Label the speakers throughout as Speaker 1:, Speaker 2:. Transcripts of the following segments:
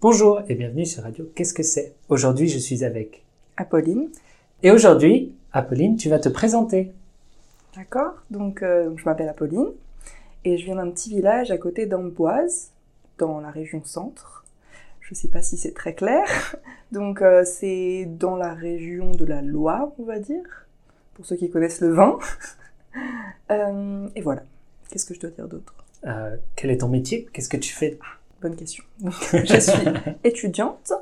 Speaker 1: Bonjour et bienvenue sur Radio Qu'est-ce que c'est Aujourd'hui, je suis avec.
Speaker 2: Apolline.
Speaker 1: Et aujourd'hui, Apolline, tu vas te présenter.
Speaker 2: D'accord Donc, euh, je m'appelle Apolline et je viens d'un petit village à côté d'Amboise, dans la région centre. Je ne sais pas si c'est très clair. Donc, euh, c'est dans la région de la Loire, on va dire, pour ceux qui connaissent le vin. Euh, et voilà. Qu'est-ce que je dois dire d'autre
Speaker 1: Euh, quel est ton métier Qu'est-ce que tu fais
Speaker 2: Bonne question. Donc, je suis étudiante.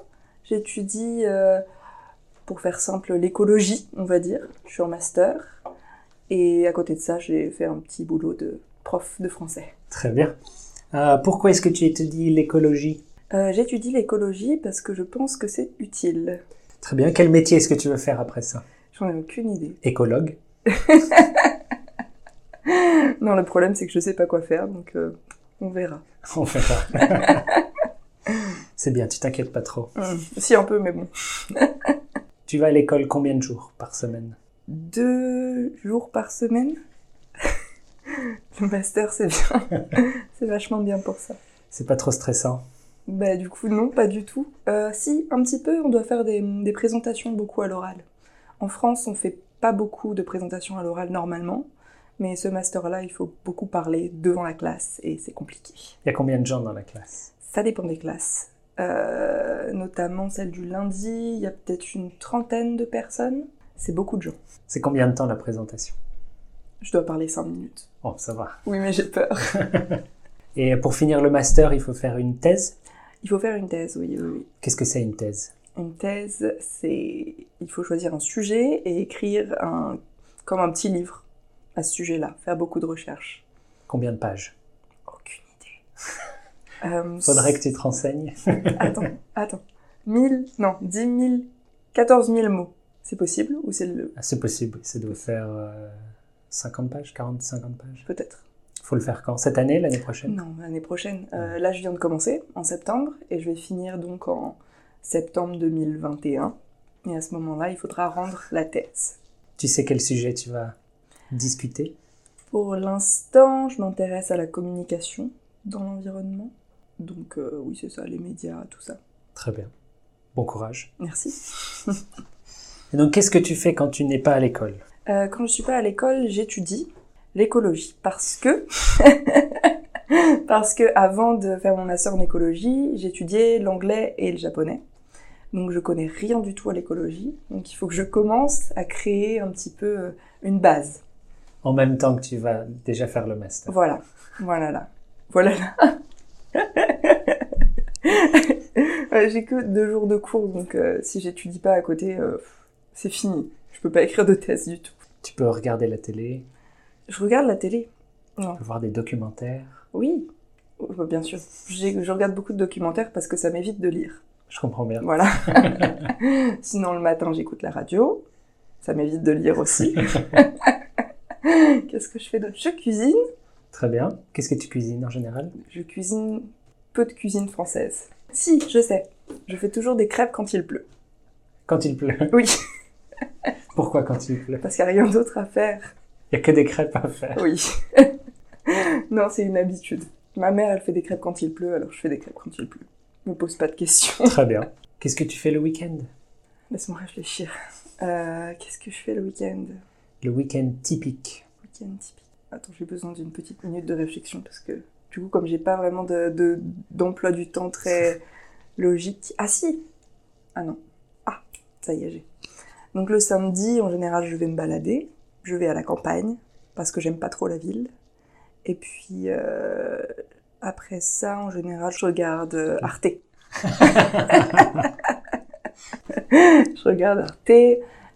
Speaker 2: J'étudie, euh, pour faire simple, l'écologie, on va dire. Je suis en master. Et à côté de ça, j'ai fait un petit boulot de prof de français.
Speaker 1: Très bien. Euh, pourquoi est-ce que tu étudies l'écologie
Speaker 2: Euh, J'étudie l'écologie parce que je pense que c'est utile.
Speaker 1: Très bien. Quel métier est-ce que tu veux faire après ça
Speaker 2: J'en ai aucune idée.
Speaker 1: Écologue
Speaker 2: Non, le problème, c'est que je sais pas quoi faire, donc euh, on verra.
Speaker 1: On fait pas. c'est bien, tu t'inquiètes pas trop.
Speaker 2: Hum, Si, un peu, mais bon.
Speaker 1: Tu vas à l'école combien de jours par semaine
Speaker 2: Deux jours par semaine Le master, c'est bien. c'est vachement bien pour ça.
Speaker 1: C'est pas trop stressant.
Speaker 2: Bah du coup non, pas du tout. Euh, si, un petit peu, on doit faire des, des présentations beaucoup à l'oral. En France, on fait pas beaucoup de présentations à l'oral normalement, mais ce master-là, il faut beaucoup parler devant la classe et c'est compliqué.
Speaker 1: Il y a combien de gens dans la classe
Speaker 2: Ça dépend des classes, Euh, notamment celle du lundi, il y a peut-être une trentaine de personnes. C'est beaucoup de gens.
Speaker 1: C'est combien de temps la présentation
Speaker 2: Je dois parler cinq minutes.
Speaker 1: Bon, ça va.
Speaker 2: Oui, mais j'ai peur.
Speaker 1: Et pour finir le master, il faut faire une thèse.
Speaker 2: Il faut faire une thèse, oui, oui, oui.
Speaker 1: Qu'est-ce que c'est une thèse
Speaker 2: Une thèse, c'est. Il faut choisir un sujet et écrire un... comme un petit livre à ce sujet-là, faire beaucoup de recherches.
Speaker 1: Combien de pages
Speaker 2: Aucune idée. Euh,
Speaker 1: Faudrait que tu te renseignes.
Speaker 2: Attends, attends. 1000, non, 10 000, 14 000 mots. C'est possible ou c'est le.
Speaker 1: Ah, c'est possible, ça doit faire euh, 50 pages, 40, 50 pages.
Speaker 2: Peut-être.
Speaker 1: Faut le faire quand Cette année, l'année prochaine
Speaker 2: Non, l'année prochaine. Euh, là, je viens de commencer en septembre et je vais finir donc en septembre 2021. Et à ce moment-là, il faudra rendre la thèse.
Speaker 1: Tu sais quel sujet tu vas discuter
Speaker 2: Pour l'instant, je m'intéresse à la communication dans l'environnement. Donc euh, oui, c'est ça, les médias, tout ça.
Speaker 1: Très bien. Bon courage.
Speaker 2: Merci.
Speaker 1: Et donc, qu'est-ce que tu fais quand tu n'es pas à l'école
Speaker 2: Euh, quand je suis pas à l'école, j'étudie l'écologie parce que parce que avant de faire mon master en écologie, j'étudiais l'anglais et le japonais. Donc je connais rien du tout à l'écologie. Donc il faut que je commence à créer un petit peu euh, une base.
Speaker 1: En même temps que tu vas déjà faire le master.
Speaker 2: Voilà. Voilà là. Voilà là. Ouais, J'ai que deux jours de cours, donc euh, si j'étudie pas à côté, euh, c'est fini. Je peux pas écrire de thèse du tout.
Speaker 1: Tu peux regarder la télé,
Speaker 2: Je regarde la télé.
Speaker 1: tu peux voir des documentaires.
Speaker 2: Oui, euh, bien sûr. J'ai- Je regarde beaucoup de documentaires parce que ça m'évite de lire.
Speaker 1: Je comprends bien.
Speaker 2: Voilà. Sinon, le matin, j'écoute la radio. Ça m'évite de lire aussi. Qu'est-ce que je fais d'autre Je cuisine.
Speaker 1: Très bien. Qu'est-ce que tu cuisines en général
Speaker 2: Je cuisine peu de cuisine française. Si, je sais. Je fais toujours des crêpes quand il pleut.
Speaker 1: Quand il pleut.
Speaker 2: Oui,
Speaker 1: Pourquoi quand il pleut
Speaker 2: parce qu'il n'y a rien d'autre à faire.
Speaker 1: Il n'y a que des crêpes à faire.
Speaker 2: Oui. non, c'est une habitude. Ma mère, elle fait des crêpes quand il pleut, alors je fais des crêpes quand il pleut. Ne me pose pas de questions.
Speaker 1: Très bien. Qu'est-ce que tu fais le week-end
Speaker 2: Laisse-moi réfléchir. Euh, Qu'est-ce que je fais le week-end
Speaker 1: Le week-end typique.
Speaker 2: Week-end typique. Attends, j'ai besoin d'une petite minute de réflexion parce que du coup, comme j'ai pas vraiment d'emploi de, d'emploi du temps très logique. Ah si Ah non. Ah, ça y est, j'ai. Donc le samedi, en général, je vais me balader. Je vais à la campagne parce que j'aime pas trop la ville. Et puis euh, après ça, en général, je regarde euh, Arte. je regarde Arte.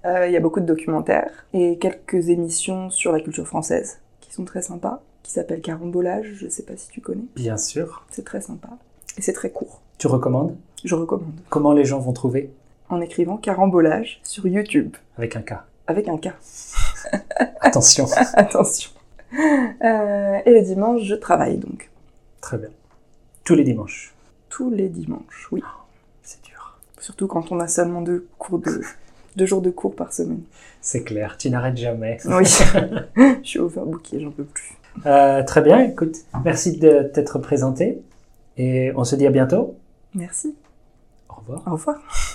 Speaker 2: Euh, Il y a beaucoup de documentaires et quelques émissions sur la culture française qui sont très sympas, qui s'appellent Carambolage, je sais pas si tu connais.
Speaker 1: Bien sûr.
Speaker 2: C'est très sympa et c'est très court.
Speaker 1: Tu recommandes
Speaker 2: Je recommande.
Speaker 1: Comment les gens vont trouver
Speaker 2: En écrivant Carambolage sur YouTube,
Speaker 1: Avec un cas.
Speaker 2: avec un K,
Speaker 1: Attention.
Speaker 2: attention. Euh, et le dimanche, je travaille donc.
Speaker 1: Très bien. Tous les dimanches.
Speaker 2: Tous les dimanches, oui.
Speaker 1: C'est dur.
Speaker 2: Surtout quand on a seulement deux, cours de, deux jours de cours par semaine.
Speaker 1: C'est clair, tu n'arrêtes jamais.
Speaker 2: Oui, je suis overbookée, j'en peux plus.
Speaker 1: Euh, très bien, écoute, merci de t'être présenté et on se dit à bientôt.
Speaker 2: Merci.
Speaker 1: Au revoir.
Speaker 2: Au revoir.